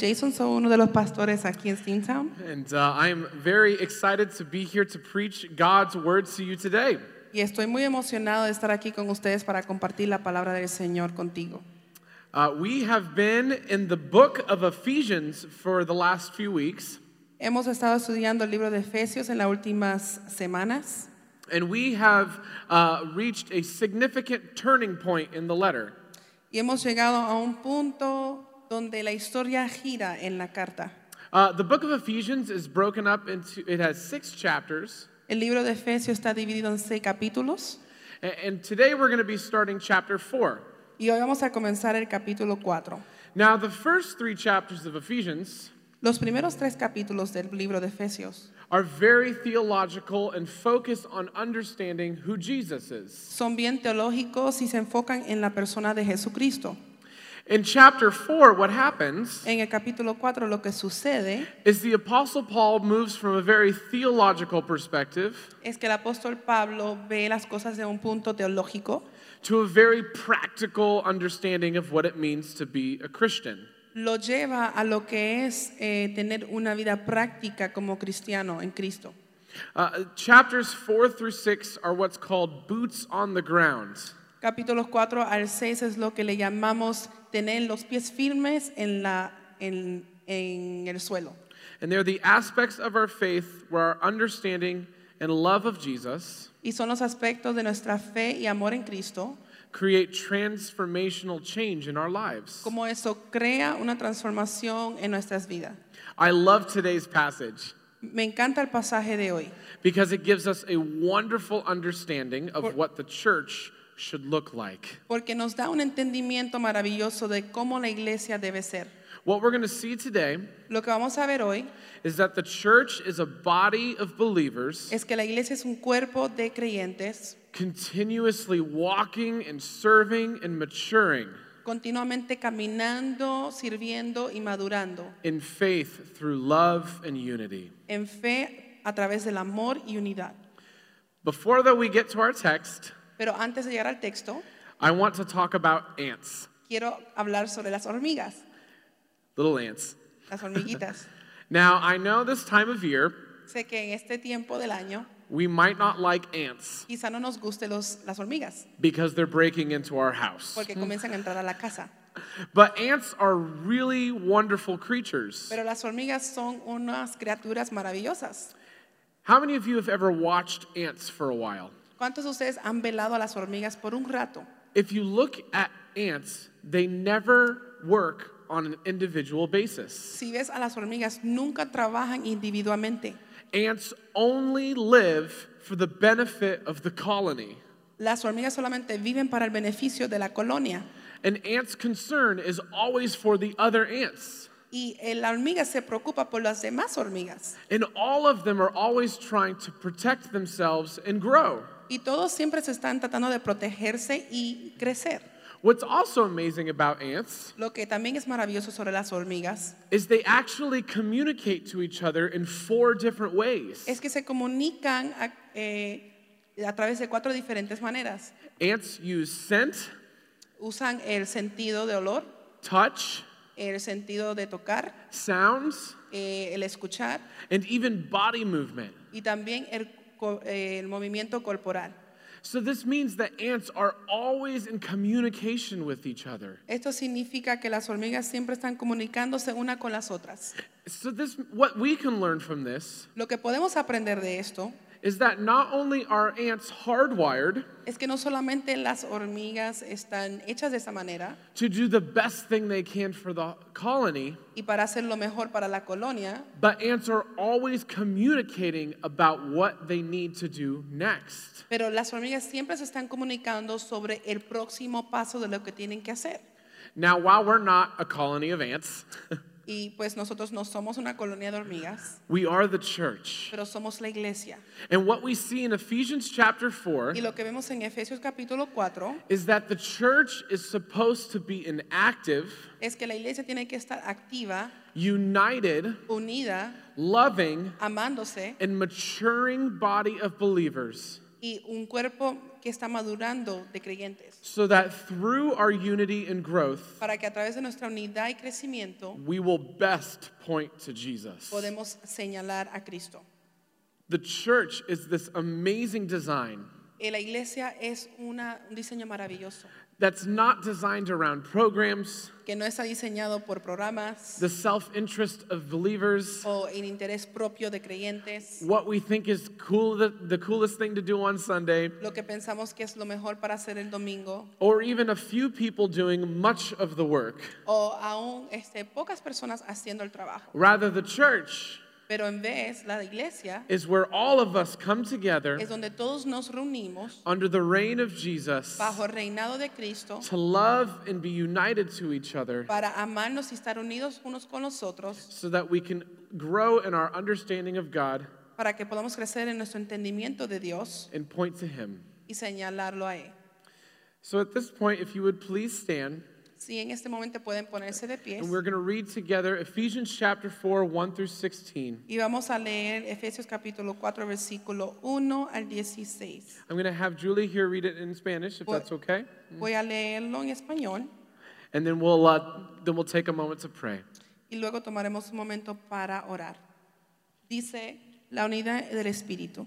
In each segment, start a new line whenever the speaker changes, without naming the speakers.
Jason son uno de los pastores aquí en Steamtown
And uh, I am very excited to be here to preach God's word to you today.
y estoy muy emocionado de estar aquí con ustedes para compartir la palabra del Señor contigo.
Uh, we have been in the book of Ephesians for the last few weeks,
Hemos estado estudiando el libro de Efesios en las últimas semanas
and we have uh, reached a significant turning point in the letter.
y hemos llegado a un punto donde la historia gira en la carta.
Uh, the book of Ephesians is broken up into, it has six chapters,
El libro de Efesios está dividido en seis capítulos
and, and today we're going to be starting chapter four.
y hoy vamos a comenzar el capítulo 4.
Now, the first three chapters of Ephesians
Los primeros tres capítulos del libro de Efesios
are very theological and focus on understanding who Jesus is.
son bien teológicos y se enfocan en la persona de Jesucristo.
In chapter 4, what happens
En el capítulo 4 lo que sucede
is the Apostle Paul moves from a very theological perspective
es que el apóstol Pablo ve las cosas de un punto teológico,
to a very practical understanding of what it means to be a Christian.
lo lleva a lo que es eh, tener una vida práctica como cristiano en Cristo.
Uh, chapters 4 through 6 are what's called boots on the ground.
Capítulos 4 al 6 es lo que le llamamos tener los pies firmes en, la, en, en el suelo.
And they're the aspects of our faith where our understanding and love of Jesus
Y son los aspectos de nuestra fe y amor en Cristo,
create transformational change in our lives.
como eso crea una transformación en nuestras vidas.
I love today's passage
Me encanta el pasaje de hoy.
because it gives us a wonderful understanding of what the church should look like.
porque nos da un entendimiento maravilloso de cómo la iglesia debe ser.
What we're going to see today
Lo que vamos a ver hoy
is that the church is a body of believers
es que la iglesia es un cuerpo de creyentes
continuously walking and serving and maturing
continuamente caminando, sirviendo y madurando
in faith through love and unity.
en fe a través del amor y unidad.
Before though we get to our text,
Pero antes de llegar al texto,
I want to talk about ants,
quiero hablar sobre las hormigas,
little ants.
las hormiguitas.
Now, I know this time of year
sé que en este tiempo del año
we might not like ants
quizá no nos gusten los, las hormigas
because they're breaking into our house.
porque comienzan a entrar a la casa.
But ants are really wonderful creatures.
Pero las hormigas son unas criaturas maravillosas.
How many of you have ever watched ants for a while?
¿Cuántos de ustedes han velado a las hormigas por un rato?
If you look at ants, they never work on an individual basis.
Si ves a las hormigas, nunca trabajan individualmente.
Ants only live for the benefit of the colony.
Las hormigas solamente viven para el beneficio de la colonia.
An ant's concern is always for the other ants,
Y eh, la hormiga se preocupa por las demás hormigas.
and all of them are always trying to protect themselves and grow.
Y todos siempre se están tratando de protegerse y crecer.
What's also amazing about ants
Lo que también es maravilloso sobre las hormigas
is they actually communicate to each other in four different ways.
es que se comunican a, eh, a través de cuatro diferentes maneras.
Ants use scent,
Usan el sentido de olor,
touch,
el sentido de tocar,
sounds,
eh, el escuchar
and even body movement.
y también el, co- eh, el movimiento corporal.
So this means that ants are always in communication with each other.
Esto significa que las hormigas siempre están comunicándose una con las otras.
So this what we can learn from this
Lo que podemos aprender de esto
is that not only are ants hardwired
es que no solamente las hormigas están hechas de esa manera
to do the best thing they can for the colony,
y para hacer lo mejor para la colonia,
but ants are always communicating about what they need to do next.
pero las hormigas siempre se están comunicando sobre el próximo paso de lo que tienen que hacer.
Now, while we're not a colony of ants,
Y pues nosotros no somos una colonia de hormigas,
we are the church.
pero somos la iglesia.
And what we see in Ephesians chapter 4
Y lo que vemos en Efesios capítulo 4
is that the church is supposed to be an active,
es que la iglesia tiene que estar activa,
united,
unida,
loving,
amándose
and maturing body of believers
y un cuerpo que está madurando de creyentes,
so that through our unity and growth,
para que a través de nuestra unidad y crecimiento
we will best point to Jesus.
podemos señalar a Cristo.
The church is this amazing design
Eh, La iglesia es una- un diseño maravilloso
that's not designed around programs,
que no está diseñado por programas
the self interest of believers,
o el interés propio de creyentes,
what we think is cool, the, the coolest thing to do on Sunday,
lo que pensamos que es lo mejor para hacer el domingo,
or even a few people doing much of the work.
o aún este, pocas personas haciendo el trabajo.
Rather, the church
Pero en vez, la iglesia
is where all of us come together
es donde todos nos reunimos
under the reign of Jesus
bajo el reinado de Cristo
to love and be united to each other
para amarnos y estar unidos unos con los otros,
so that we can grow in our understanding of God
para que podamos crecer en nuestro entendimiento de Dios
and point to Him.
y señalarlo a Él.
So at this point, if you would please stand,
Si en este momento pueden ponerse de pie.
and we're going to read together Ephesians chapter 4, 1 through 16.
Y vamos a leer Efesios capítulo 4, versículo 1 al 16.
I'm going to have Julie here read it in Spanish, if
Well-
that's okay.
Voy a leerlo en español
And then we'll, uh, then we'll take a moment to pray.
y luego tomaremos un momento para orar. Dice la unidad del Espíritu.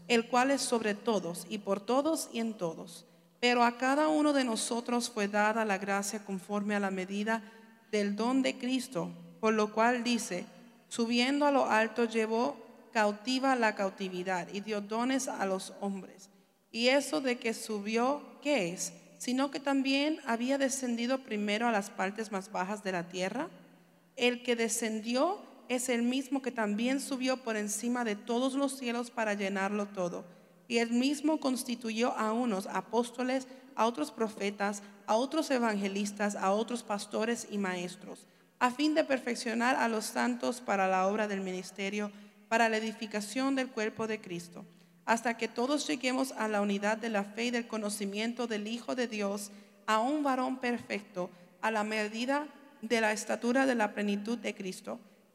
el cual es sobre todos y por todos y en todos. Pero a cada uno de nosotros fue dada la gracia conforme a la medida del don de Cristo, por lo cual dice, subiendo a lo alto llevó cautiva la cautividad y dio dones a los hombres. Y eso de que subió, ¿qué es? Sino que también había descendido primero a las partes más bajas de la tierra. El que descendió es el mismo que también subió por encima de todos los cielos para llenarlo todo. Y el mismo constituyó a unos apóstoles, a otros profetas, a otros evangelistas, a otros pastores y maestros, a fin de perfeccionar a los santos para la obra del ministerio, para la edificación del cuerpo de Cristo, hasta que todos lleguemos a la unidad de la fe y del conocimiento del Hijo de Dios, a un varón perfecto, a la medida de la estatura de la plenitud de Cristo,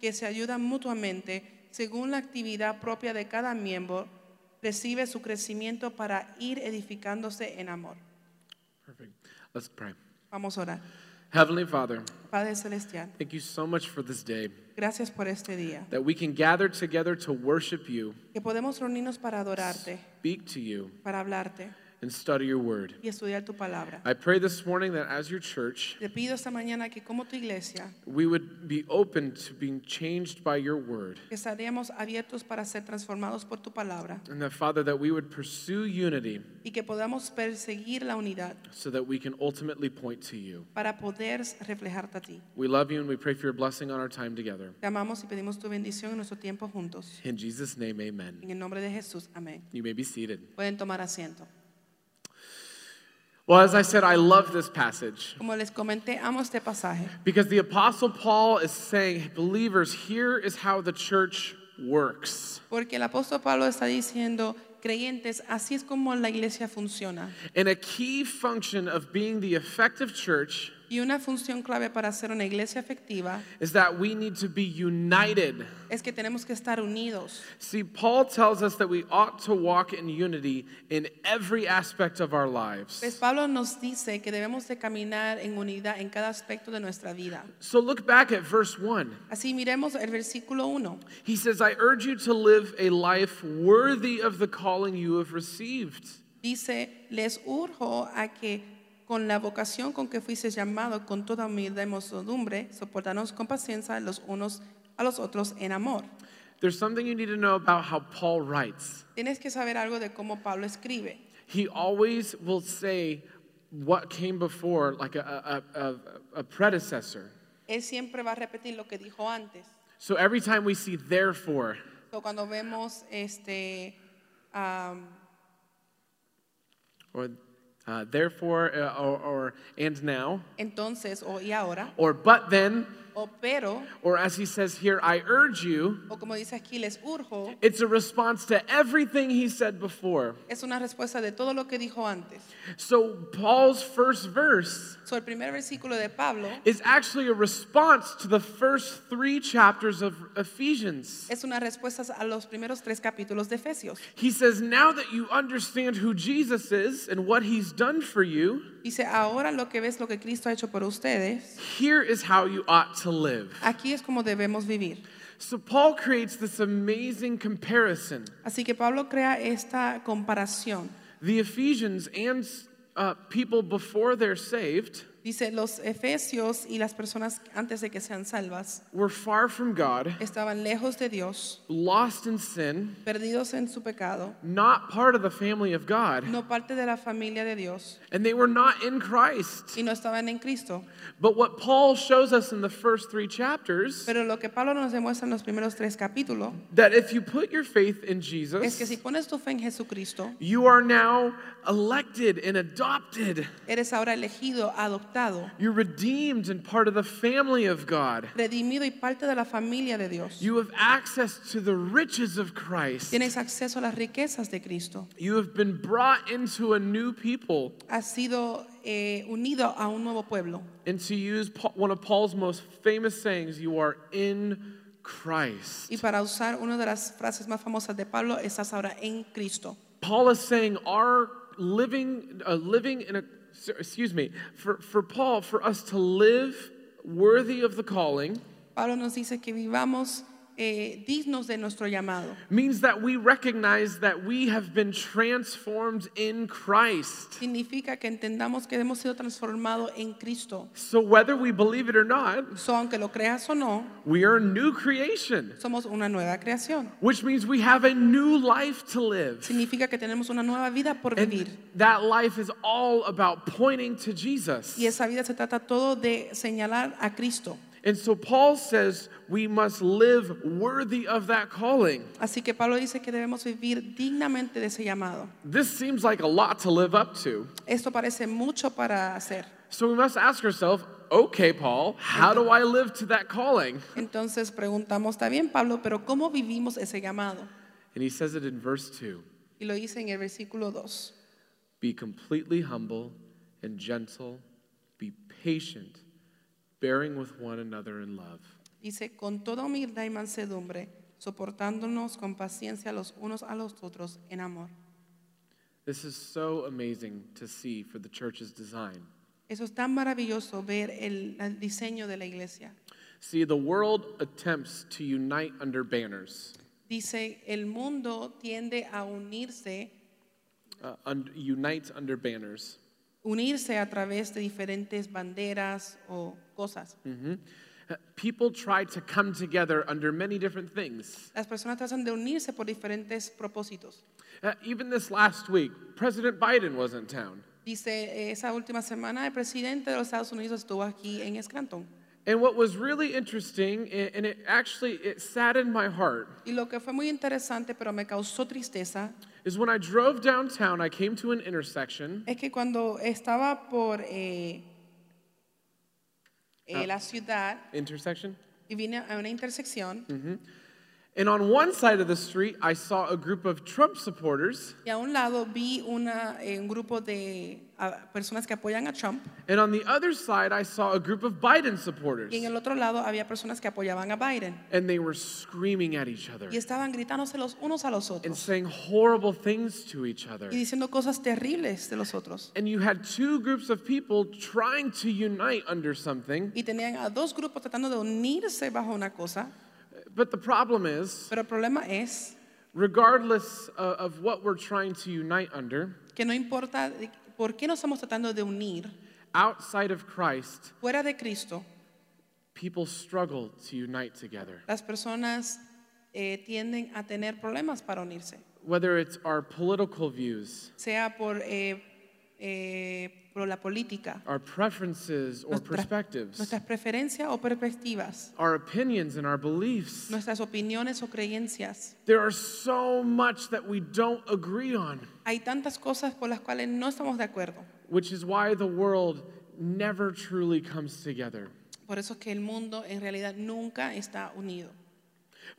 que se ayudan mutuamente, según la actividad propia de cada miembro, recibe su crecimiento para ir edificándose en amor.
Perfect. Let's pray.
Vamos a orar.
Heavenly Father,
Padre Celestial,
thank you so much for this day
gracias por este día,
that we can gather together to worship you,
que podemos reunirnos para adorarte,
speak to you,
para hablarte
and study your word.
y estudiar tu palabra.
I pray this morning that as your church,
Te pido esta mañana que como tu iglesia,
we would be open to being changed by your word.
que estaremos abiertos para ser transformados por tu palabra
And that, Father, that we would pursue unity
y que podamos perseguir la unidad
so that we can ultimately point to you.
para poder reflejarte a ti.
We love you and we pray for your blessing on our time together.
Te amamos y pedimos tu bendición en nuestro tiempo juntos.
In Jesus' name, amen.
En el nombre de Jesús, amén.
You may be seated.
Pueden tomar asiento.
Well, as I said, I love this passage
Como les comenté, amo este pasaje
because the Apostle Paul is saying, believers, here is how the church works.
porque el apóstol Pablo está diciendo, creyentes, así es como la iglesia funciona.
And a key function of being the effective church
Y una función clave para ser una iglesia efectiva
is that we need to be united.
es que tenemos que estar unidos.
See, Paul tells us that we ought to walk in unity in every aspect of our lives.
Pues Pablo nos dice que debemos de caminar en unidad en cada aspecto de nuestra vida.
So look back at verse 1.
Así miremos el versículo 1.
He says, I urge you to live a life worthy of the calling you have received.
Dice, les urjo a que con la vocación con que fuisteis llamado, con toda humildad y mansedumbre, soportanos con paciencia los unos a los otros en amor.
There's something you need to know about how Paul writes.
Tienes que saber algo de cómo Pablo escribe.
He always will say what came before, like a, a, a, a predecessor.
Él siempre va a repetir lo que dijo antes.
So every time we see therefore,
So, cuando vemos este, am,
or uh, therefore, uh, or, or and now,
entonces o y ahora,
or but then,
o pero,
or as he says here, I urge you,
o como dice aquí, les urjo,
it's a response to everything he said before.
es una respuesta de todo lo que dijo antes.
So Paul's first verse
So, el primer versículo de Pablo
is actually a response to the first three chapters of Ephesians.
es una respuesta a los primeros tres capítulos de Efesios.
He says, Now that you understand who Jesus is and what he's done for you,
Dice, ahora lo que ves, lo que Cristo ha hecho por ustedes,
here is how you ought to live.
aquí es como debemos vivir.
So Paul creates this amazing comparison.
Así que Pablo crea esta comparación.
The Ephesians and uh, people before they're saved
Dice, los efesios y las personas antes de que sean salvas
were far from God,
estaban lejos de Dios,
lost in sin,
perdidos en su pecado,
not part of the family of God,
no parte de la familia de Dios
and they were not in Christ.
y no estaban en Cristo.
But what Paul shows us in the first three chapters
Pero lo que Pablo nos demuestra en los primeros tres capítulos
that if you put your faith in Jesus,
es que si pones tu fe en Jesucristo,
you are now elected and adopted.
eres ahora elegido, adoptado,
You're redeemed and part of the family of God.
redimido y parte de la familia de Dios.
You have access to the riches of Christ.
Tienes acceso a las riquezas de Cristo.
You have been brought into a new people.
Has sido eh, unido a un nuevo pueblo.
And to use Paul, one of Paul's most famous sayings, you are in Christ.
Y para usar una de las frases más famosas de Pablo, estás ahora en Cristo.
Paul is saying our living, uh, living in a, excuse me, for, for Paul, for us to live worthy of the calling
Pablo nos dice que vivamos eh, dignos de nuestro llamado.
means that we recognize that we have been transformed in Christ.
Significa que entendamos que hemos sido transformados en Cristo.
So whether we believe it or not,
So, aunque lo creas o no,
we are a new creation,
somos una nueva creación.
which means we have a new life to live.
Significa que tenemos una nueva vida por
And
vivir.
that life is all about pointing to Jesus.
Y esa vida se trata todo de señalar a Cristo.
And so Paul says we must live worthy of that calling.
Así que Pablo dice que debemos vivir dignamente de ese llamado.
This seems like a lot to live up to.
Esto parece mucho para hacer.
So we must ask ourselves, okay, Paul, how do I live to that calling?
Entonces preguntamos, está bien Pablo, pero ¿cómo vivimos ese llamado?
And he says it in verse 2
Y lo dice en el versículo 2.
Be completely humble and gentle, be patient, bearing with one another in love.
Dice, con toda humildad y mansedumbre, soportándonos con paciencia los unos a los otros en amor.
This is so amazing to see for the church's design.
Eso es tan maravilloso ver el, el diseño de la iglesia.
See, the world attempts to unite under banners,
Dice, el mundo tiende a unirse,
uh, un- unites under banners.
unirse a través de diferentes banderas o cosas.
Mhm. Uh, People try to come together under many different things.
Las personas tratan de unirse por diferentes propósitos.
Uh, even this last week, President Biden was in town.
Dice, eh, esa última semana el presidente de los Estados Unidos estuvo aquí en Scranton.
And what was really interesting, a- and it actually it saddened my heart,
Y lo que fue muy interesante, pero me causó tristeza,
is when I drove downtown, I came to an intersection,
es que cuando estaba por eh, eh, la ciudad
intersection,
y vine a una intersección,
and on one side of the street, I saw a group of Trump supporters,
y a un lado vi una, eh, un grupo de ah, personas que apoyan a Trump,
and on the other side, I saw a group of Biden supporters,
y en el otro lado había personas que apoyaban a Biden.
and they were screaming at each other
Y estaban gritándose los unos a los
and
otros
saying horrible things to each other.
y diciendo cosas terribles de los otros.
And you had two groups of people trying to unite under something,
Y tenían a dos grupos tratando de unirse bajo una cosa.
but the problem is,
Pero el problema es
regardless uh, of what we're trying to unite under,
que que no importa de- por qué nos estamos tratando de unir,
Outside of Christ,
fuera de Cristo,
people struggle to unite together.
las personas eh, tienden a tener problemas para unirse,
Whether it's our political views,
sea por, eh, eh, por la política,
our preferences or
nuestras-
perspectives,
nuestras preferencias o perspectivas,
our opinions and our beliefs.
nuestras opiniones o creencias.
There are so much that we don't agree on,
Hay tantas cosas por las cuales no estamos de acuerdo.
which is why the world never truly comes together.
Por eso es que el mundo en realidad nunca está unido.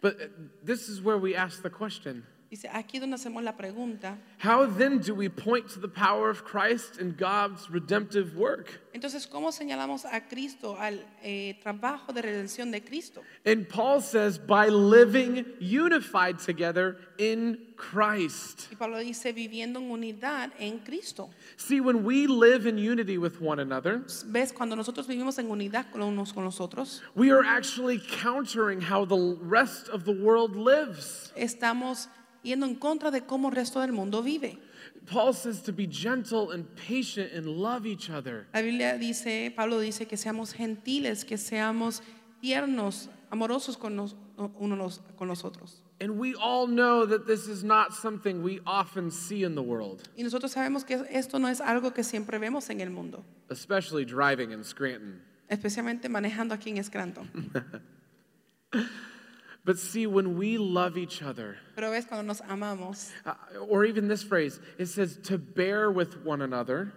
But uh, this is where we ask the question
Dice, aquí donde hacemos la pregunta,
How then do we point to the power of Christ and God's redemptive work?
entonces, ¿cómo señalamos a Cristo, al eh, trabajo de redención de Cristo?
And Paul says, by living unified together in Christ.
Y Pablo dice, viviendo en unidad en Cristo.
See, when we live in unity with one another,
¿Ves? Cuando nosotros vivimos en unidad con unos con los otros,
we are actually countering how the rest of the world lives.
estamos yendo en contra de cómo el resto del mundo vive.
Paul says to be gentle and patient and love each other.
La Biblia dice, Pablo dice que seamos gentiles, que seamos tiernos, amorosos con los, uno los- con los otros.
And we all know that this is not something we often see in the world,
Y nosotros sabemos que esto no es algo que siempre vemos en el mundo,
especially driving in Scranton.
especialmente manejando aquí en Scranton.
But see, when we love each other,
Pero ves cuando nos amamos,
uh, or even this phrase, it says to bear with one another.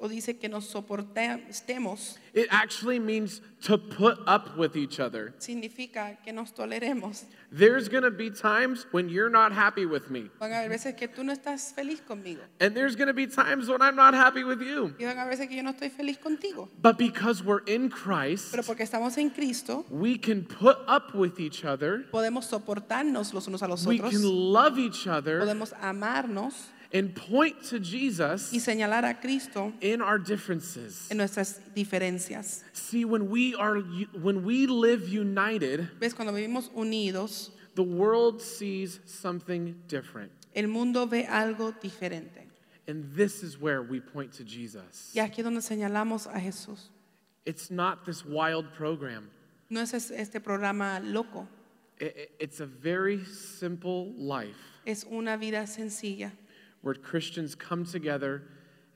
o dice que nos soportemos,
It actually means to put up with each other.
significa que nos toleremos.
There's going to be times when you're not happy with me,
Van a haber veces que tú no estás feliz conmigo.
and there's going to be times when I'm not happy with you.
Y van a haber veces que yo no estoy feliz contigo.
But because we're in Christ,
Pero porque estamos en Cristo,
we can put up with each other,
podemos soportarnos los unos a los
we can
otros,
love each other,
podemos amarnos
and point to
y
Jesus
señalar a Cristo
in our differences.
en nuestras diferencias.
See, when we are when we live united,
¿Ves? Cuando vivimos unidos,
the world sees something different.
el mundo ve algo diferente.
And this is where we point to Jesus.
Y aquí es donde señalamos a Jesús.
It's not this wild program.
No es es- este programa loco,
I- I- It's a very simple life
es una vida sencilla,
where Christians come together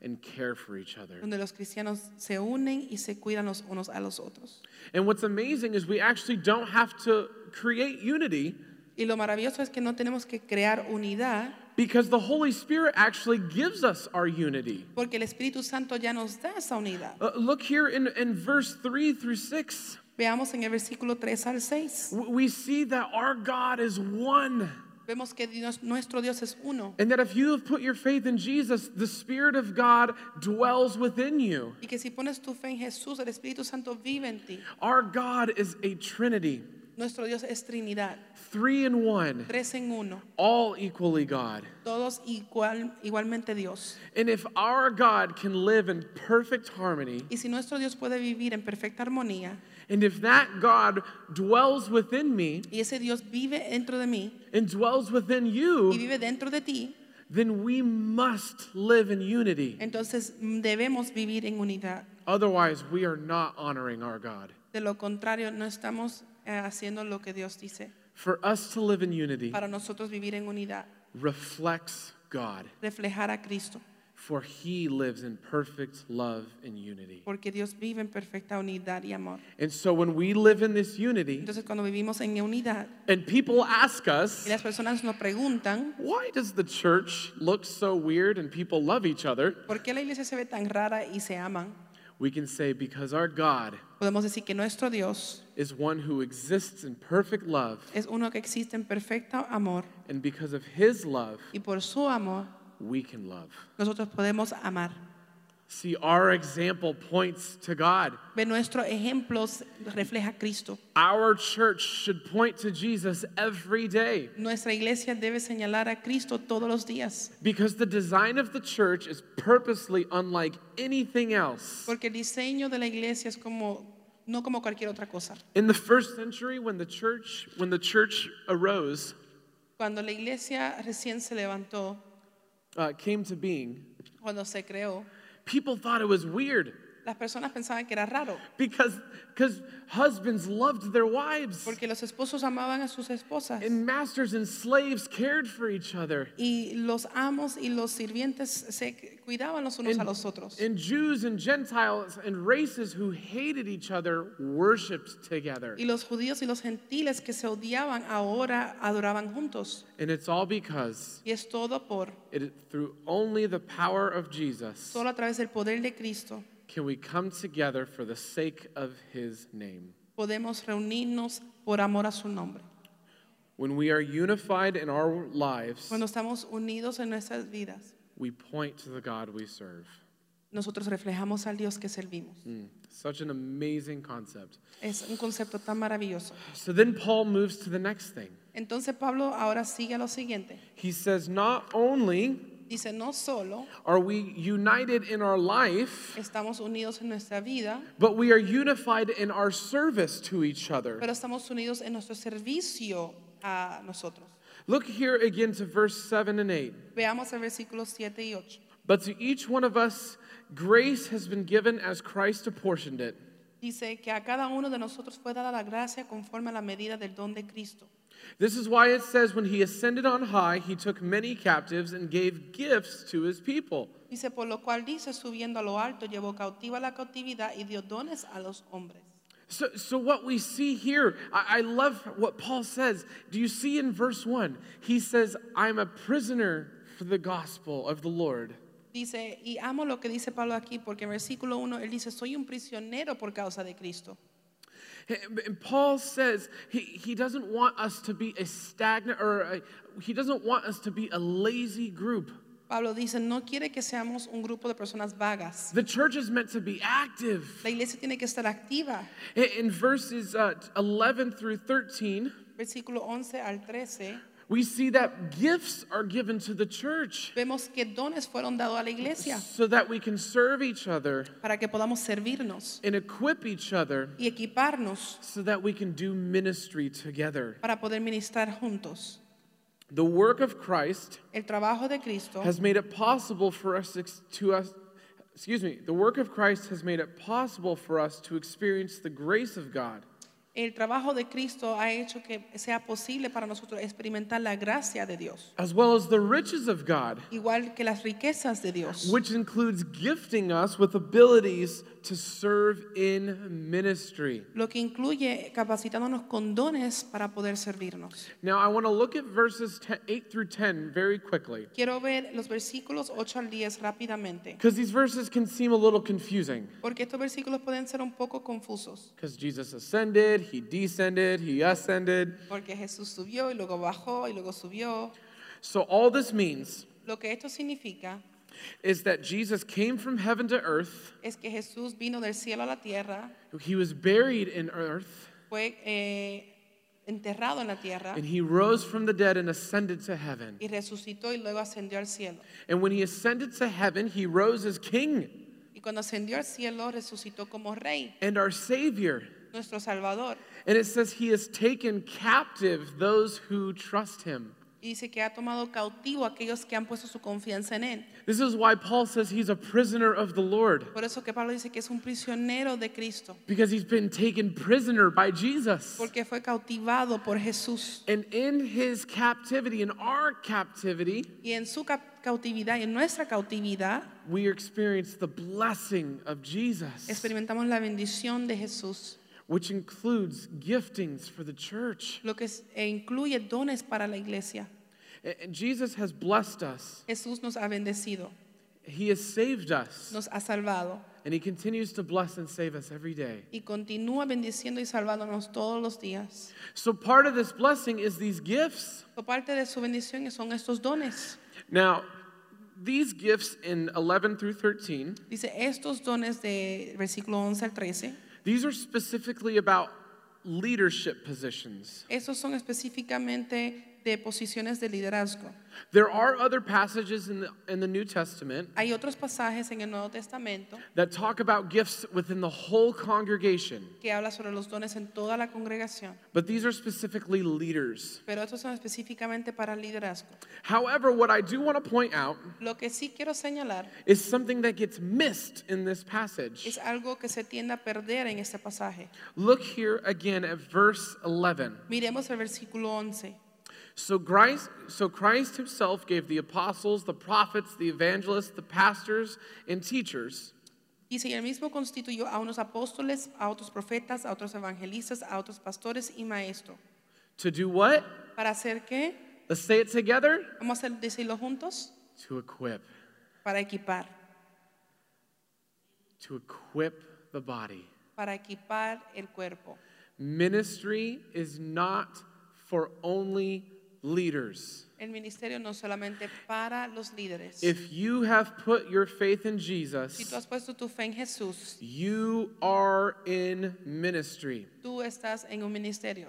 and care for each other.
donde los cristianos se unen y se cuidan los unos a los otros.
And what's amazing is we actually don't have to create unity
Y lo maravilloso es que no tenemos que crear unidad,
because the Holy Spirit actually gives us our unity.
porque el Espíritu Santo ya nos da esa unidad.
Uh, look here in, in verse 3 through 6.
Veamos en el versículo 3 al 6.
W- We see that our God is one.
Vemos que Dios- nuestro Dios es uno.
And that if you have put your faith in Jesus, the Spirit of God dwells within you.
Y que si pones tu fe en Jesús, el Espíritu Santo vive en ti.
Our God is a Trinity,
Nuestro Dios es Trinidad,
three in one,
tres en uno,
all equally God.
todos igual, igualmente Dios.
And if our God can live in perfect harmony,
Y si nuestro Dios puede vivir en perfecta armonía
and if that God dwells within me
y ese Dios vive dentro de mí
and dwells within
y
you,
vive dentro de ti,
then we must live in unity.
entonces mm, debemos vivir en unidad.
Otherwise, we are not honoring our God.
De lo contrario, no estamos eh, haciendo lo que Dios dice.
For us to live in unity
Para nosotros vivir en unidad,
reflects God,
reflejar a Cristo,
for he lives in perfect love and unity.
porque Dios vive en perfecta unidad y amor.
And so when we live in this unity,
Entonces cuando vivimos en unidad
and people ask us,
y las personas nos preguntan,
Why does the church look so weird and people love each other?
¿Por qué la iglesia se ve tan rara y se aman?
We can say, because our God
Podemos decir que nuestro Dios
is one who exists in perfect love,
es uno que existe en perfecto amor
and because of his love,
y por su amor
we can love.
nosotros podemos amar.
See, our example points to God.
Ve, nuestro ejemplo s- refleja a Cristo.
Our church should point to Jesus every day
Nuestra iglesia debe señalar a Cristo todos los días,
because the design of the church is purposely unlike anything else.
porque el diseño de la iglesia es como no como cualquier otra cosa.
In the first century, when the church, when the church arose,
Cuando la iglesia recién se levantó,
uh, came to being,
cuando se creó,
People thought it was weird
las personas pensaban que era raro,
because because husbands loved their wives
porque los esposos amaban a sus esposas
and masters and slaves cared for each other.
y los amos y los sirvientes se cuidaban los unos a los otros.
And Jews and Gentiles and races who hated each other worshiped together.
Y los judíos y los gentiles que se odiaban ahora adoraban juntos.
And it's all because
Y es todo por,
it through only the power of Jesus
solo a través del poder de Cristo,
can we come together for the sake of his name.
podemos reunirnos por amor a su nombre.
When we are unified in our lives,
Cuando estamos unidos en nuestras vidas,
we point to the God we serve.
nosotros reflejamos al Dios que servimos.
Mm, such an amazing concept.
Es un concepto tan maravilloso.
So then Paul moves to the next thing.
Entonces Pablo ahora sigue a lo siguiente.
He says, Not only
Dice, no solo
are we united in our life,
estamos unidos en nuestra vida,
but we are unified in our service to each other.
pero estamos unidos en nuestro servicio a nosotros.
Look here again to verse 7 and 8.
Veamos el versículo 7 y 8.
But to each one of us, grace has been given as Christ apportioned it.
Dice que a cada uno de nosotros fue dada la gracia conforme a la medida del don de Cristo.
This is why it says, When he ascended on high, he took many captives and gave gifts to his people.
Dice, por lo cual dice, subiendo a lo alto, llevó cautiva la cautividad y dio dones a los hombres.
So, so what we see here, I, I love what Paul says. Do you see in verse 1? He says, I'm a prisoner for the gospel of the Lord.
Dice, y amo lo que dice Pablo aquí, porque en versículo 1 él dice, soy un prisionero por causa de Cristo.
And and Paul says he, he doesn't want us to be a stagnant, or a, he doesn't want us to be a lazy group.
Pablo dice, no quiere que seamos un grupo de personas vagas.
The church is meant to be active.
La iglesia tiene que estar activa.
In- In verses uh, 11 through 13,
Versículo 11 al 13,
we see that gifts are given to the church
vemos que dones fueron dados a la iglesia
so that we can serve each other
para que podamos servirnos
and equip each other
y equiparnos
so that we can do ministry together.
para poder ministrar juntos.
The work of Christ
El trabajo de Cristo
has made it possible for us ex- to us excuse me, the work of Christ has made it possible for us to experience the grace of God.
El trabajo de Cristo ha hecho que sea posible para nosotros experimentar la gracia de Dios,
As well as the riches of God,
igual que las riquezas de Dios,
which includes gifting us with abilities to serve in ministry.
lo que incluye capacitándonos con dones para poder servirnos.
Now, I want to look at verses 10, 8 through 10 very quickly,
Quiero ver los versículos 8 al 10 rápidamente,
because these verses can seem a little confusing.
porque estos versículos pueden ser un poco confusos,
Because Jesus ascended, he descended, he ascended.
porque Jesús subió y luego bajó y luego subió.
So, all this means
Lo que esto significa
is that Jesus came from heaven to earth,
es que Jesús vino del cielo a la tierra,
he was buried in earth,
fue eh, enterrado en la tierra
and he rose from the dead and ascended to heaven.
y resucitó y luego ascendió al cielo.
And when he ascended to heaven, he rose as king
Y cuando ascendió al cielo, resucitó como rey,
and our savior.
nuestro Salvador.
And it says he has taken captive those who trust him.
Y dice que ha tomado cautivo a aquellos que han puesto su confianza en él.
This is why Paul says he's a prisoner of the Lord,
Por eso que Pablo dice que es un prisionero de Cristo,
because he's been taken prisoner by Jesus.
porque fue cautivado por Jesús.
And in his captivity, in our captivity,
Y en su cap- cautividad y en nuestra cautividad
we experience the blessing of Jesus,
experimentamos la bendición de Jesús,
which includes giftings for the church.
lo que es- e incluye dones para la iglesia.
A- And Jesus has blessed us,
Jesús nos ha bendecido,
he has saved us,
nos ha salvado
and he continues to bless and save us every day.
y continúa bendiciendo y salvándonos todos los días.
So, part of this blessing is these gifts.
Por parte de su bendición son estos dones.
Now, these gifts in 11 through 13,
Dice, estos dones de versículo 11 al 13,
these are specifically about leadership positions.
estos son específicamente de posiciones de liderazgo.
There are other passages in the, in the New Testament
Hay otros pasajes en el Nuevo Testamento
that talk about gifts within the whole congregation,
que habla sobre los dones en toda la congregación,
but these are specifically leaders.
pero estos son específicamente para el liderazgo.
However, what I do want to point out
Lo que sí quiero señalar
is something that gets missed in
es
this passage.
algo que se tiende a perder en este pasaje.
Look here again at verse 11.
Miremos el versículo 11.
So Christ, so Christ himself gave the apostles, the prophets, the evangelists, the pastors, and teachers
Dice, y el mismo constituyó a unos apóstoles, a otros profetas, a otros evangelistas, a otros pastores y maestros.
to do what?
¿Para hacer qué?
Let's say it together.
Vamos a decirlo juntos.
To equip.
Para equipar.
To equip the body.
Para equipar el cuerpo.
Ministry is not for only leaders.
El ministerio no solamente para los líderes.
If you have put your faith in
si tú
Jesus,
has puesto tu fe en Jesús,
you are in ministry
tú estás en un ministerio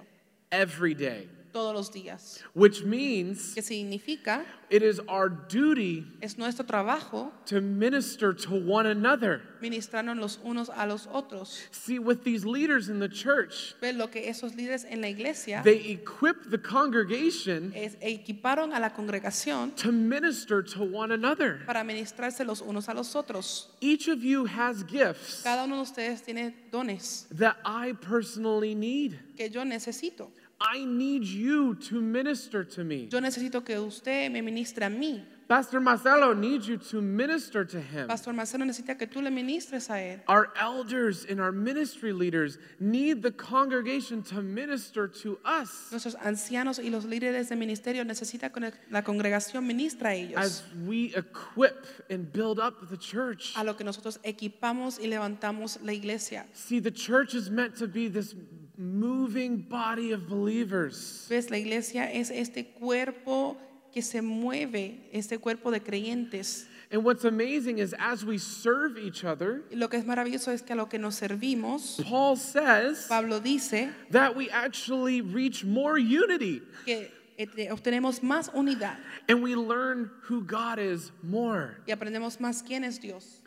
every day,
todos los días.
which means
Que significa,
it is our duty
es nuestro trabajo
to minister to one another.
ministrarnos los unos a los otros.
See, with these leaders in the church,
Ver lo que esos líderes en la iglesia
they equip the congregation
es- equiparon a la congregación
to minister to one another.
para ministrarse los unos a los otros.
Each of you has gifts
Cada uno de ustedes tiene dones
that I personally need.
que yo necesito.
I need you to minister to me.
Yo necesito que usted me ministre a mí.
Pastor Marcelo needs you to minister to him.
Pastor Marcelo necesita que tú le ministres a él.
Our elders and our ministry leaders need the congregation to minister to us
Nuestros ancianos y los líderes de ministerio necesitan que la congregación ministra a ellos.
as we equip and build up the church.
A lo que nosotros equipamos y levantamos la iglesia.
See, the church is meant to be this moving body of believers.
Ves, Pues la iglesia es este cuerpo que se mueve, este cuerpo de creyentes.
And what's amazing is as we serve each other,
Y lo que es maravilloso es que a lo que nos servimos,
Paul says
Pablo dice
that we actually reach more unity
que este, obtenemos más unidad
and we learn who God is more.
y aprendemos más quién es Dios.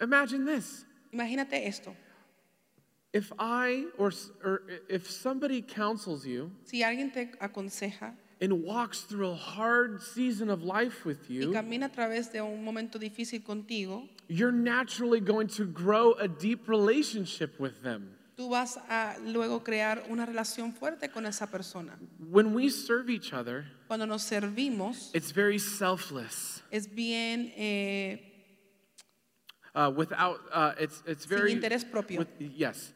Imagine this.
Imagínate esto.
If I or, s- or if somebody counsels you
Si alguien te aconseja
and walks through a hard season of life with
y
you,
camina a través de un momento difícil contigo,
you're naturally going to grow a deep relationship with them.
tú vas a luego crear una relación fuerte con esa persona.
When we serve each other,
Cuando nos servimos,
it's very selfless.
es bien eh,
Uh, without uh, it's it's
Sin
very
interés propio.
yes.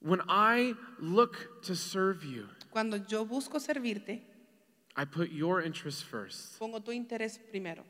When I look to serve you,
cuando yo busco servirte,
I put your interests first,
pongo tu interés primero.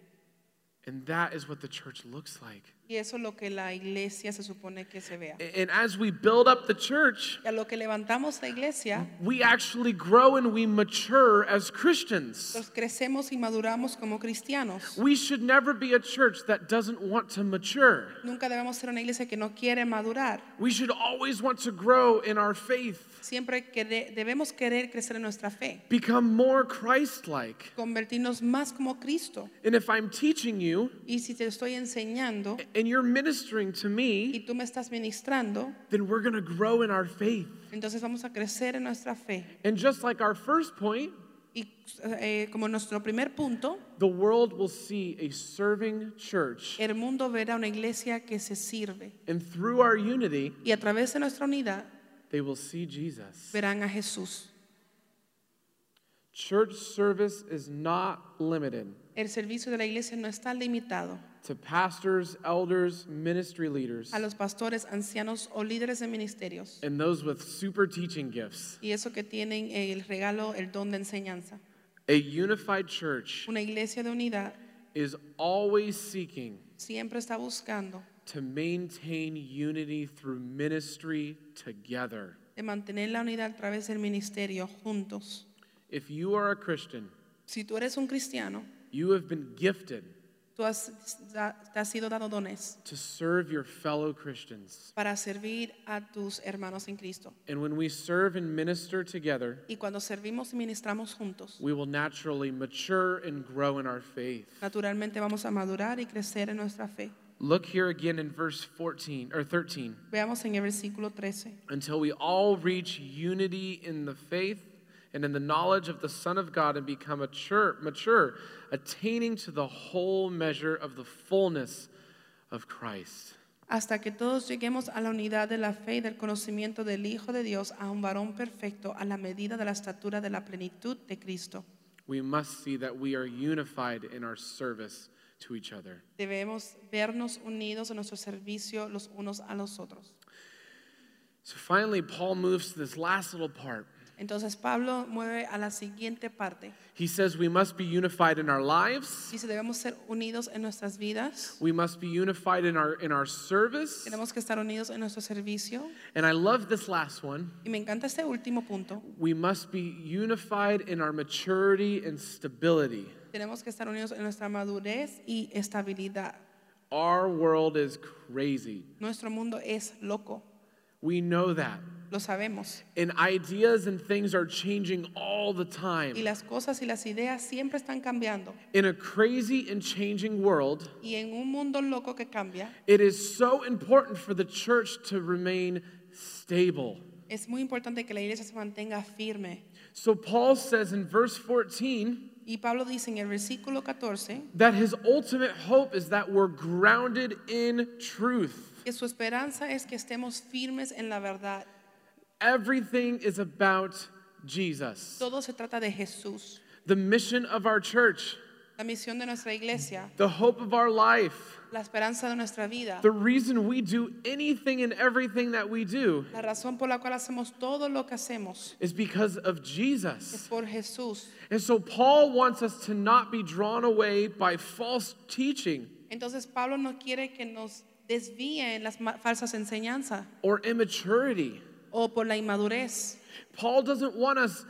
and that is what the church looks like.
Y eso es lo que la iglesia se supone que se vea.
A- And as we build up the church,
Y a lo que levantamos la iglesia,
we actually grow and we mature as Christians.
nosotros pues crecemos y maduramos como cristianos.
We should never be a church that doesn't want to mature.
Nunca debemos ser una iglesia que no quiere madurar.
We should always want to grow in our faith,
Siempre que de- debemos querer crecer en nuestra fe,
become more Christ like.
convertirnos más como Cristo.
And if I'm teaching you
Y si te estoy enseñando
and you're ministering to
y
me,
tú me estás ministrando,
then we're going to grow in our faith.
entonces vamos a crecer en nuestra fe.
And just like our first point,
Y eh, como nuestro primer punto,
the world will see a serving church.
el mundo verá una iglesia que se sirve.
And through our unity,
Y a través de nuestra unidad
they will see Jesus.
verán a Jesús.
Church service is not limited
El servicio de la iglesia no está limitado
to pastors, elders, ministry leaders,
a los pastores, ancianos o líderes de ministerios.
and those with super teaching gifts.
Y eso que tienen el regalo, el don de enseñanza.
A unified church
Una iglesia de unidad
is always seeking
siempre está buscando
to maintain unity through ministry together.
de mantener la unidad a través del ministerio juntos.
If you are a Christian,
Si tú eres un cristiano,
you have been gifted
tú has, da- te has sido dado dones
to serve your fellow Christians.
para servir a tus hermanos en Cristo.
And when we serve and minister together,
Y cuando servimos y ministramos juntos,
we will naturally mature and grow in our faith.
naturalmente vamos a madurar y crecer en nuestra fe.
Look here again in verse 14 or 13.
Veamos en el versículo 13.
Until we all reach unity in the faith and in the knowledge of the Son of God and become mature, mature attaining to the whole measure of the fullness of Christ.
Hasta que todos lleguemos a la unidad de la fe y del conocimiento del Hijo de Dios, a un varón perfecto, a la medida de la estatura de la plenitud de Cristo.
We must see that we are unified in our service to each other.
Debemos vernos unidos en nuestro servicio los unos a los otros.
So finally, Paul moves to this last little part.
Entonces Pablo mueve a la siguiente parte.
He says we must be unified in our lives.
Dice, debemos ser unidos en nuestras vidas,
We must be unified in our in our service.
tenemos que estar unidos en nuestro servicio.
And I love this last one.
Y me encanta este último punto.
We must be unified in our maturity and stability.
Tenemos que estar unidos en nuestra madurez y estabilidad.
Our world is crazy.
Nuestro mundo es loco,
We know that.
lo sabemos.
And ideas and things are changing all the
Y
time.
las cosas y las ideas siempre están cambiando.
In a crazy and changing world,
Y en un mundo loco que cambia,
it is so important for the church to remain stable.
es muy importante que la iglesia se mantenga firme.
So Paul says in verse 14
Y Pablo dice en el versículo 14
that his ultimate hope is that we're grounded in truth.
que su esperanza es que estemos firmes en la verdad.
Everything is about Jesus.
Todo se trata de Jesús.
The mission of our church,
La misión de nuestra iglesia,
the hope of our life,
la esperanza de nuestra vida,
the reason we do anything and everything that we do
la razón por la cual hacemos todo lo que hacemos
is because of
es
Jesus.
por Jesús.
And so Paul wants us to not be drawn away by false teaching
Entonces Pablo no quiere que nos desvíen las ma- falsas enseñanzas
or immaturity.
o por la inmadurez.
Paul doesn't want us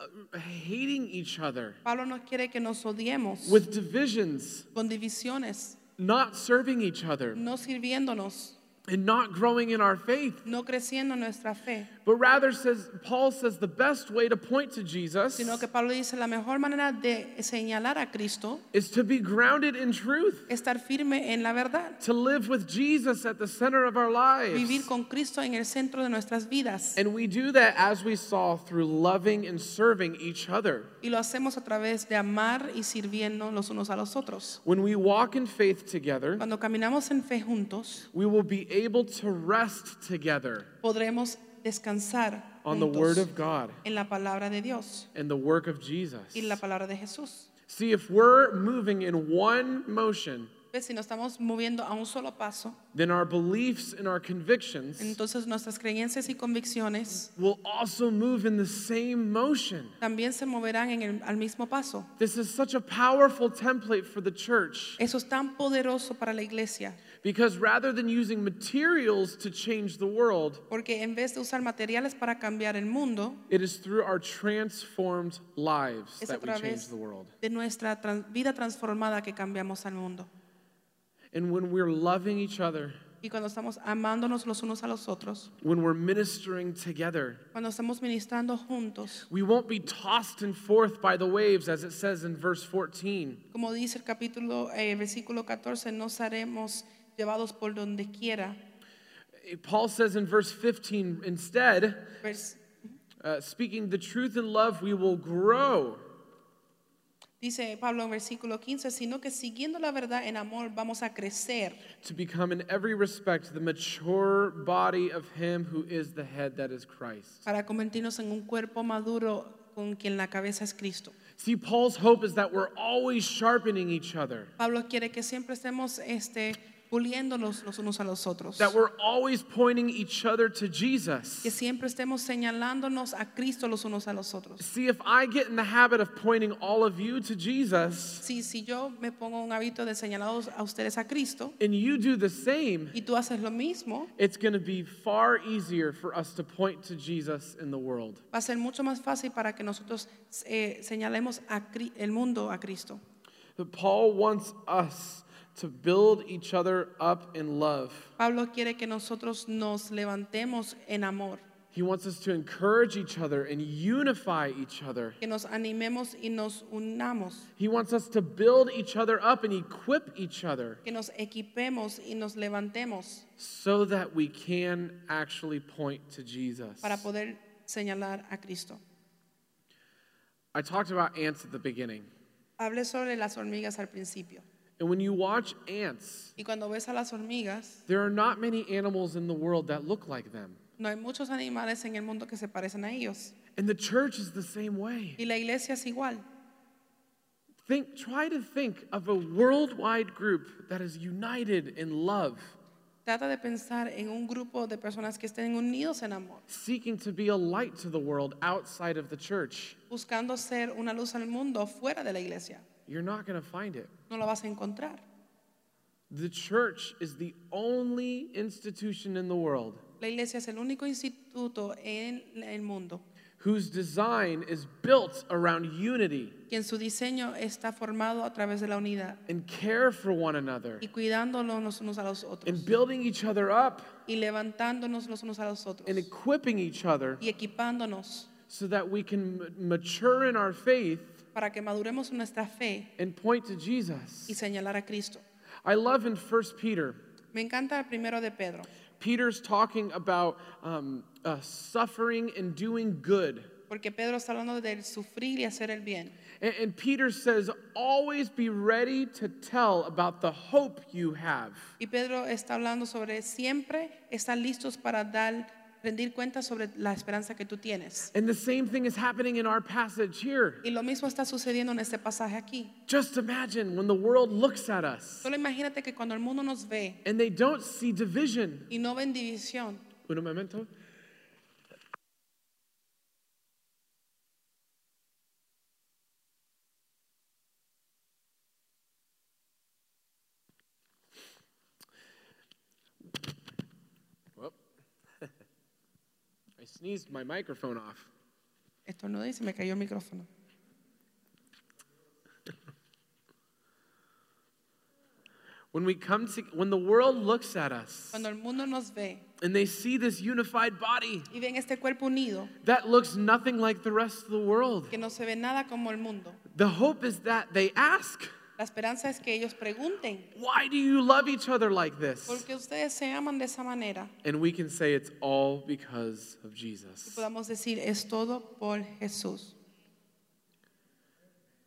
uh, hating each other
Pablo no quiere que nos odiemos
with divisions,
con divisiones,
not serving each other,
no sirviéndonos,
and not growing in our faith.
no creciendo en nuestra fe,
But rather says Paul says the best way to point to Jesus
sino que Pablo dice la mejor manera de señalar a Cristo
is to be grounded in truth,
es estar firme en la verdad,
to live with Jesus at the center of our lives.
vivir con Cristo en el centro de nuestras vidas.
And we do that as we saw through loving and serving each other.
Y lo hacemos a través de amar y sirviendo los unos a los otros.
When we walk in faith together,
Cuando caminamos en fe juntos,
we will be able to rest together
podremos descansar
on the word
juntos
of God
en la palabra de Dios
and the work of Jesus.
y la palabra de Jesús.
See, if we're moving in one motion,
¿Ves? Pues, Si nos estamos moviendo a un solo paso,
then our beliefs and our convictions
entonces nuestras creencias y convicciones
will also move in the same motion.
también se moverán en el- al mismo paso.
This is such a powerful template for the church
Eso es tan poderoso para la iglesia,
because rather than using materials to change the world,
porque en vez de usar materiales para cambiar el mundo,
it is through our transformed lives
es a
that we change
través
the world.
de nuestra tran- vida transformada que cambiamos al mundo.
And when we're loving each other,
Y cuando estamos amándonos los unos a los otros,
when we're ministering together,
cuando estamos ministrando juntos,
we won't be tossed and forth by the waves, as it says in verse 14.
como dice el capítulo, eh, versículo 14, no seremos llevados por donde quiera.
Paul says in verse 15, instead,
Vers-
uh, speaking the truth in love, we will grow.
dice Pablo en versículo 15, sino que siguiendo la verdad en amor vamos a crecer
to become in every respect the mature body of him who is the head that is Christ.
para convertirnos en un cuerpo maduro con quien la cabeza es Cristo.
See, Paul's hope is that we're always sharpening each other,
Pablo quiere que siempre estemos este, puliéndonos los unos a los otros,
that we're always pointing each other to
que
Jesus.
siempre estemos señalándonos a Cristo los unos a los otros.
See, if I get in the habit of pointing all of you to Jesus
Si, si yo me pongo un hábito de señalados a ustedes a Cristo
and you do the same,
y tú haces lo mismo,
it's going to be far easier for us to point to Jesus in the world.
va a ser mucho más fácil para que nosotros eh, señalemos a Cri- el mundo a Cristo.
But Paul wants us to build each other up in love.
Pablo quiere que nosotros nos levantemos en amor,
He wants us to encourage each other and unify each other.
que nos animemos y nos unamos,
He wants us to build each other up and equip each other
que nos equipemos y nos levantemos
so that we can actually point to Jesus.
para poder señalar a Cristo.
I talked about ants at the beginning.
Hablé sobre las hormigas al principio.
And when you watch ants,
Y cuando ves a las hormigas,
there are not many animals in the world that look like them.
no hay muchos animales en el mundo que se parecen a ellos.
And the church is the same way.
Y la iglesia es igual.
Think, try to think of a worldwide group that is united in love,
Trata de pensar en un grupo de personas que estén unidos en amor,
seeking to be a light to the world outside of the church.
buscando ser una luz al mundo fuera de la iglesia.
You're not going to find it.
No lo vas a encontrar.
The church is the only institution in the world
La iglesia es el único instituto en el mundo
whose design is built around unity
quien su diseño está formado a través de la unidad
and care for one another
y cuidándonos los unos a los
and
otros
building each other up
y levantándonos los unos a los otros
and equipping each other
y equipándonos
so that we can m- mature in our faith
para que maduremos en nuestra fe
and point to
y
Jesus.
señalar a Cristo.
I love in 1 Peter,
Me encanta el primero de Pedro.
Peter's talking about um, uh, suffering and doing good.
Porque Pedro está hablando del sufrir y hacer el bien.
And, and Peter says, always be ready to tell about the hope you have.
Y Pedro está hablando sobre siempre estar listos para dar, rendir cuentas sobre la esperanza que tú tienes.
And the same thing is happening in our passage here.
Y lo mismo está sucediendo en este pasaje aquí.
Just imagine when the world looks at us
Solo imagínate que cuando el mundo nos ve
and they don't see division.
y no ven división,
Un momento. Whoop. I sneezed my microphone off.
estornudé y se me cayó el micrófono.
When we come to, when the world looks at us
Cuando el mundo nos ve
and they see this unified body
y ven este cuerpo unido,
that looks nothing like the rest of the world,
que no se ve nada como el mundo,
the hope is that they ask,
la esperanza es que ellos pregunten,
"Why do you love each other like
¿por
this?"
qué ustedes se aman de esa manera?
And we can say it's all because of
Y
Jesus.
podamos decir, es todo por Jesús.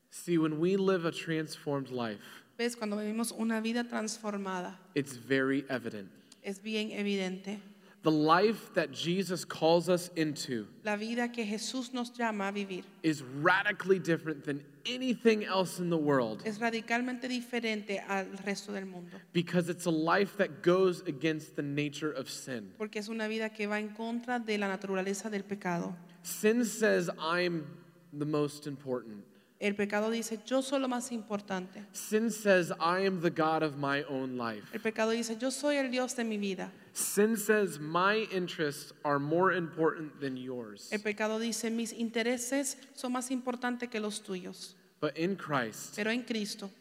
See, when we live a transformed life,
¿Ves? Cuando vivimos una vida transformada,
it's very evident.
es bien evidente.
The life that Jesus calls us into
La vida que Jesús nos llama a vivir
is radically different than anything else in the world
es radicalmente diferente al resto del mundo,
because it's a life that goes against the nature of sin.
porque es una vida que va en contra de la naturaleza del pecado.
Sin says, I'm the most important.
El pecado dice, yo soy lo más importante.
Sin says, I am the God of my own life.
El pecado dice, yo soy el Dios de mi vida.
Sin says, my interests are more important than yours.
El pecado dice, mis intereses son más importantes que los tuyos.
But in Christ,
Pero en Cristo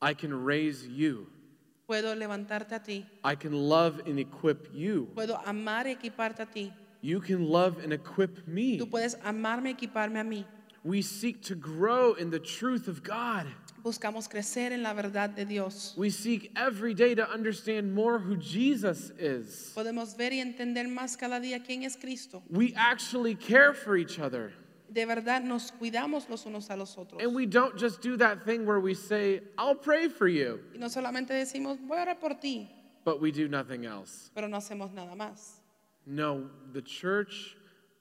I can raise you.
puedo levantarte a ti,
I can love and equip you.
puedo amar y equiparte a ti.
You can love and equip me.
Tú puedes amarme y equiparme a mí.
We seek to grow in the truth of God.
Buscamos crecer en la verdad de Dios.
We seek every day to understand more who Jesus is.
Podemos ver y entender más cada día quién es Cristo.
We actually care for each other.
De verdad nos cuidamos los unos a los otros.
And we don't just do that thing where we say, I'll pray for you,
Y no solamente decimos, voy a orar por ti,
but we do nothing else.
pero no hacemos nada más.
No, the church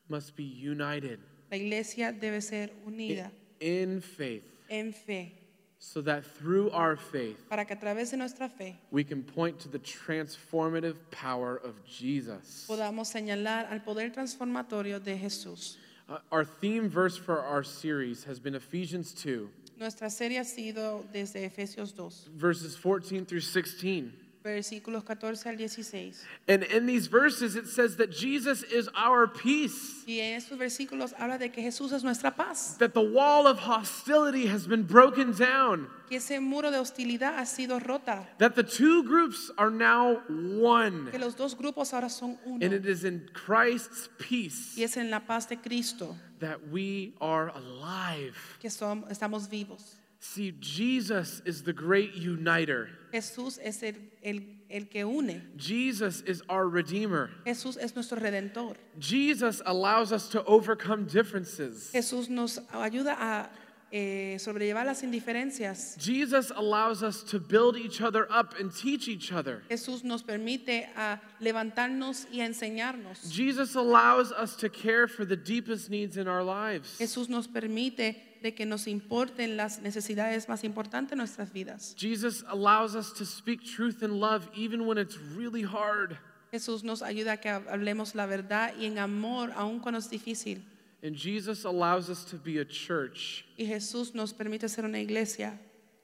must be united
La iglesia debe ser unida
in, in faith
en fe
so that through our faith,
para que a través de nuestra fe
we can point to the transformative power of Jesus.
podamos señalar al poder transformatorio de Jesús.
Uh, our theme verse for our series has been Ephesians 2,
Nuestra serie ha sido desde Efesios 2,
verses 14 through 16.
versículos 14 al 16.
And in these verses, it says that Jesus is our peace,
Y en estos versículos habla de que Jesús es nuestra paz,
that the wall of hostility has been broken down,
que ese muro de hostilidad ha sido rota,
that the two groups are now one,
que los dos grupos ahora son uno.
and it is in Christ's peace
Y es en la paz de Cristo
that we are alive.
que som- estamos vivos.
See, Jesus is the great uniter.
Jesús es el, el- el que une.
Jesus is our redeemer.
Jesús es nuestro redentor.
Jesus allows us to overcome differences.
Jesús nos ayuda a eh, sobrellevar las indiferencias.
Jesus allows us to build each other up and teach each other.
Jesús nos permite a levantarnos y a enseñarnos.
Jesus allows us to care for the deepest needs in our lives.
Jesús nos permite de que nos importen las necesidades más importantes de nuestras vidas.
Jesus allows us to speak truth and love even when it's really hard.
Jesús nos ayuda a que hablemos la verdad y en amor, aun cuando es difícil.
And Jesus allows us to be a church
Y Jesús nos permite ser una iglesia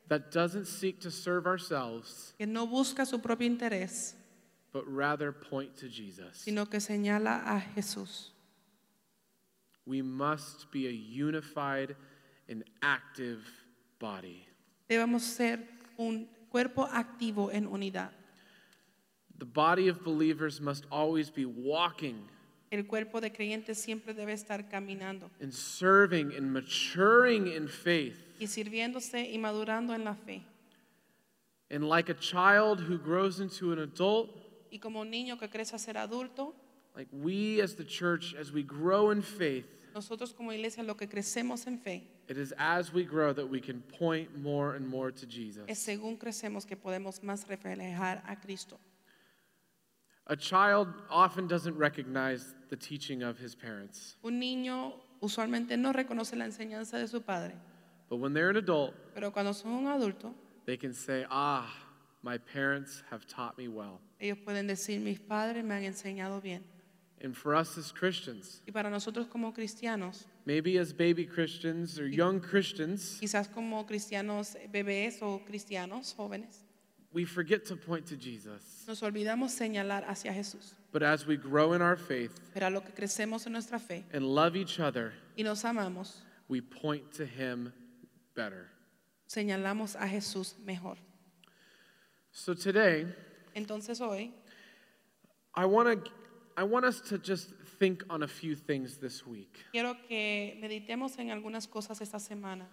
that doesn't seek to serve ourselves,
que no busca su propio interés,
but rather point to Jesus.
sino que señala a Jesús.
We must be a unified and active body.
Debemos ser un cuerpo activo en unidad.
The body of believers must always be walking
El cuerpo de creyentes siempre debe estar caminando
and serving and maturing in faith.
y sirviéndose y madurando en la fe.
And like a child who grows into an adult,
Y como un niño que crece a ser adulto,
like we as the church, as we grow in faith,
nosotros como iglesia lo que crecemos en fe
it is as we grow that we can point more and more to
es
Jesus.
según crecemos que podemos más reflejar a Cristo.
A child often doesn't recognize the teaching of his parents,
Un niño usualmente no reconoce la enseñanza de su padre,
but when they're an adult,
pero cuando son un adulto,
they can say, Ah, my parents have taught me well.
ellos pueden decir, mis padres me han enseñado bien.
And for us as Christians,
Y para nosotros como cristianos,
maybe as baby Christians or young Christians,
quizás como cristianos eh, bebés o cristianos jóvenes,
we forget to point to Jesus.
nos olvidamos señalar hacia Jesús.
But as we grow in our faith
Pero a lo que crecemos en nuestra fe
and love each other,
y nos amamos,
we point to him better.
señalamos a Jesús mejor.
So today,
Entonces hoy
I want to I want us to just think on a few things this week.
quiero que meditemos en algunas cosas esta semana.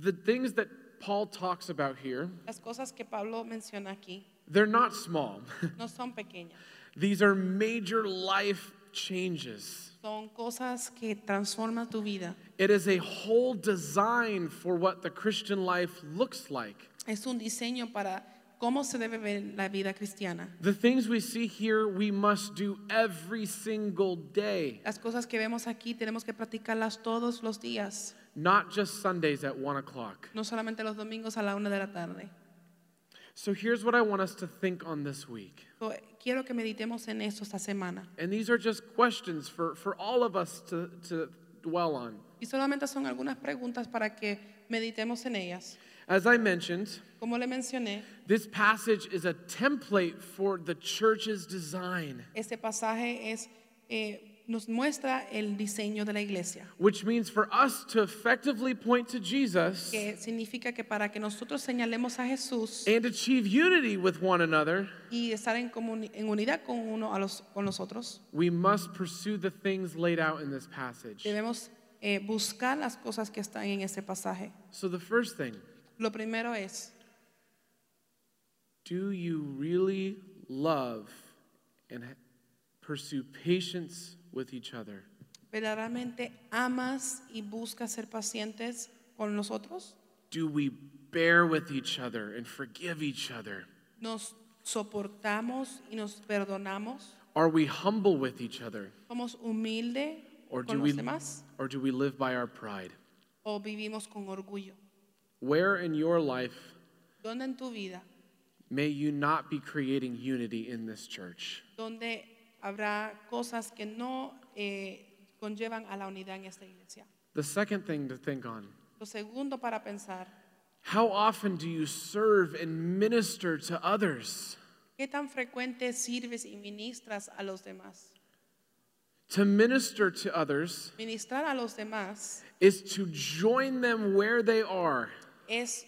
The things that Paul talks about here,
Las cosas que Pablo menciona aquí
they're not small.
no son pequeñas,
These are major life changes.
son cosas que transforman tu vida.
It is a whole design for what the Christian life looks like.
Es un diseño para cómo se debe ver la vida cristiana.
The things we see here, we must do every single day,
Las cosas que vemos aquí tenemos que practicarlas todos los días,
not just Sundays at one o'clock.
no solamente los domingos a la una de la tarde.
So here's what I want us to think on this week.
So, quiero que meditemos en eso esta semana.
And these are just questions for, for all of us to, to dwell on.
Y solamente son algunas preguntas para que meditemos en ellas.
As I mentioned,
Como le mencioné,
this passage is a template for the church's design,
este pasaje es, eh, nos muestra el diseño de la iglesia,
which means for us to effectively point to Jesus
que significa que para que nosotros señalemos a Jesús
and achieve unity with one another,
y estar en, comuni- en unidad con uno a los, con los otros,
we must pursue the things laid out in this passage.
debemos eh, buscar las cosas que están en este pasaje.
So the first thing,
Lo primero es,
do you really love and ha- pursue patience with each other?
¿verdaderamente amas y buscas ser pacientes con los otros?
Do we bear with each other and forgive each other?
¿Nos soportamos y nos perdonamos?
Are we humble with each other?
¿Somos humildes
Or do
con
we
los demás?
or do we live by our pride?
¿O vivimos con orgullo?
Where in your life
¿Dónde en tu vida
may you not be creating unity in this church?
donde habrá cosas que no eh, conllevan a la unidad en esta iglesia.
The second thing to think on.
Lo segundo para pensar,
How often do you serve and minister to others?
¿Qué tan frecuente sirves y ministras a los demás?
To minister to others
Ministrar a los demás
is to join them where they are
es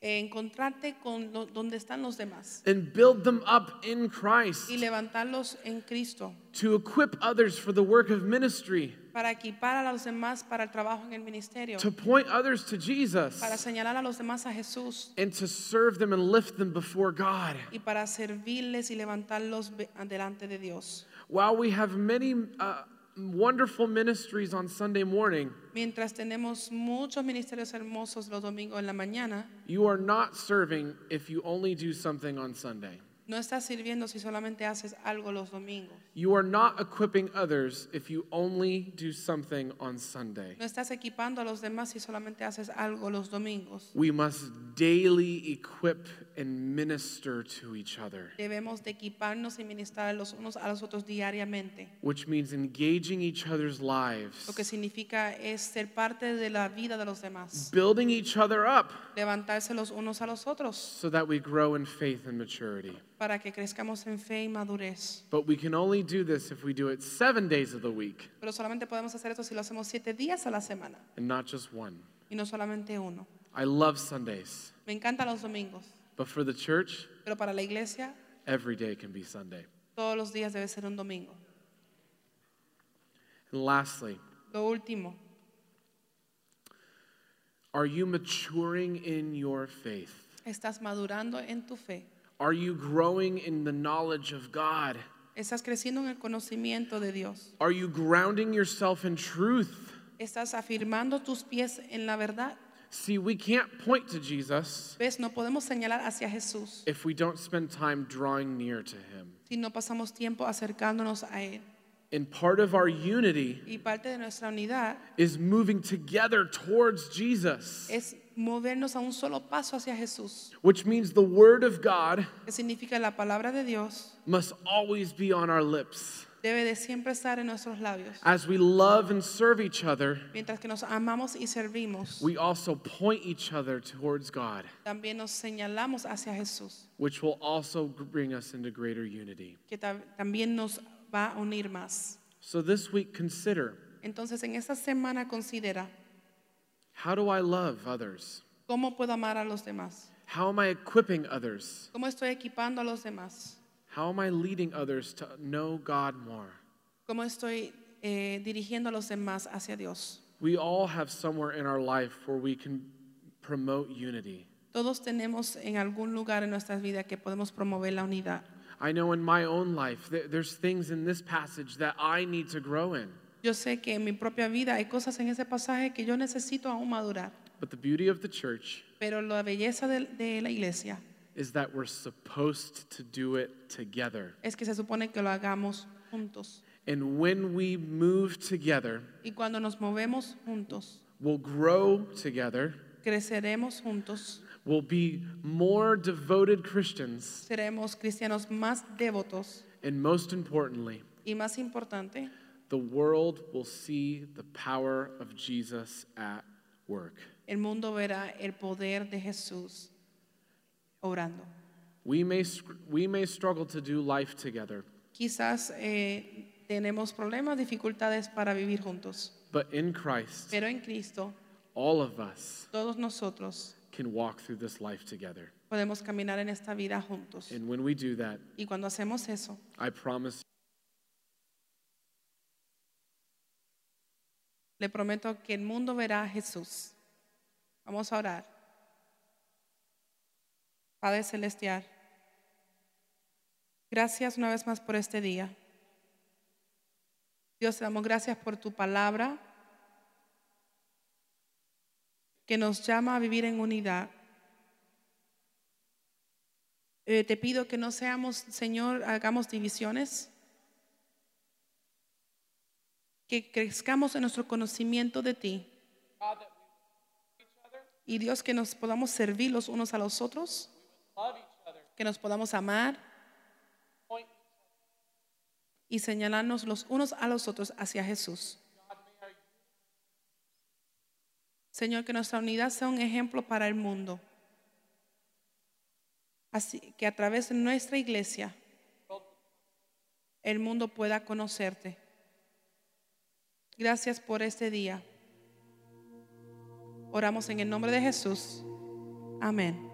eh, encontrarte con lo- donde están los demás
and build them up in Christ,
y levantarlos en Cristo
to equip others for the work of ministry,
para equipar a los demás para el trabajo en el ministerio,
to point others to Jesus,
para señalar a los demás a Jesús
and to serve them and lift them before God.
y para servirles y levantarlos be- delante de Dios.
While we have many uh, wonderful ministries on Sunday morning,
Mientras tenemos muchos ministerios hermosos los domingos en la mañana,
you are not serving if you only do something on Sunday.
no estás sirviendo si solamente haces algo los domingos.
You are not equipping others if you only do something on Sunday.
No estás equipando a los demás si solamente haces algo los domingos.
We must daily equip and minister to each other,
Debemos de equiparnos y ministrar los unos a los otros diariamente.
which means engaging each other's
Lo que
lives,
significa es ser parte de la vida de los demás.
building each other up
Levantarse los unos a los otros
so that we grow in faith and maturity.
para que crezcamos en fe y madurez.
But we can only do this if we do it seven days of the week
Pero solamente podemos hacer esto si lo hacemos siete días a la semana
and not just one.
y no solamente uno.
I love Sundays,
Me encantan los domingos,
but for the church,
pero para la iglesia
every day can be Sunday.
todos los días debe ser un domingo.
And lastly,
Lo último,
are you maturing in your faith?
estás madurando en tu fe.
Are you growing in the knowledge of God?
Estás creciendo en el conocimiento de Dios.
Are you grounding yourself in truth?
Estás afirmando tus pies en la verdad.
See, we can't point to Jesus
¿Ves? No podemos señalar hacia Jesús
if we don't spend time drawing near to him.
si no pasamos tiempo acercándonos a Él.
And part of our unity
Y parte de nuestra unidad
is moving together towards Jesus,
es movernos a un solo paso hacia Jesús,
which means the Word of God
que significa la palabra de Dios
must always be on our lips.
debe de siempre estar en nuestros labios.
As we love and serve each other,
Mientras que nos amamos y servimos,
we also point each other towards God,
también nos señalamos hacia Jesús,
which will also bring us into greater unity.
que ta- también nos va a unir más.
So this week, consider
Entonces, en esta semana considera
how do I love others?
cómo puedo amar a los demás,
How am I equipping others?
cómo estoy equipando a los demás,
How am I leading others to know God more?
cómo estoy eh, dirigiendo a los demás hacia Dios.
We all have somewhere in our life where we can promote unity.
Todos tenemos en algún lugar en nuestras vidas que podemos promover la unidad.
I know in my own life, th- there's things in this passage that I need to grow in.
Yo sé que en mi propia vida hay cosas en ese pasaje que yo necesito aún madurar,
But the beauty of the church
pero la belleza de, de la iglesia
is that we're supposed to do it together.
es que se supone que lo hagamos juntos.
And when we move together,
Y cuando nos movemos juntos,
we'll grow together,
creceremos juntos,
we'll be more devoted Christians,
seremos cristianos más devotos
and most importantly,
y más importante,
the world will see the power of Jesus at work.
el mundo verá el poder de Jesús obrando.
We may, str- we may struggle to do life together,
Quizás eh, tenemos problemas, dificultades para vivir juntos,
but in Christ,
pero en Cristo
all of us
todos nosotros
can walk through this life together.
podemos caminar en esta vida juntos.
And when we do that,
Y cuando hacemos eso,
I promise
le prometo que el mundo verá a Jesús. Vamos a orar. Padre Celestial, gracias una vez más por este día. Dios, te damos gracias por tu palabra que nos llama a vivir en unidad. Eh, te pido que no seamos, Señor, hagamos divisiones. que crezcamos en nuestro conocimiento de ti. Y Dios, que nos podamos servir los unos a los otros, que nos podamos amar y señalarnos los unos a los otros hacia Jesús. Señor, que nuestra unidad sea un ejemplo para el mundo, Así que a través de nuestra iglesia el mundo pueda conocerte. Gracias por este día. Oramos en el nombre de Jesús. Amén.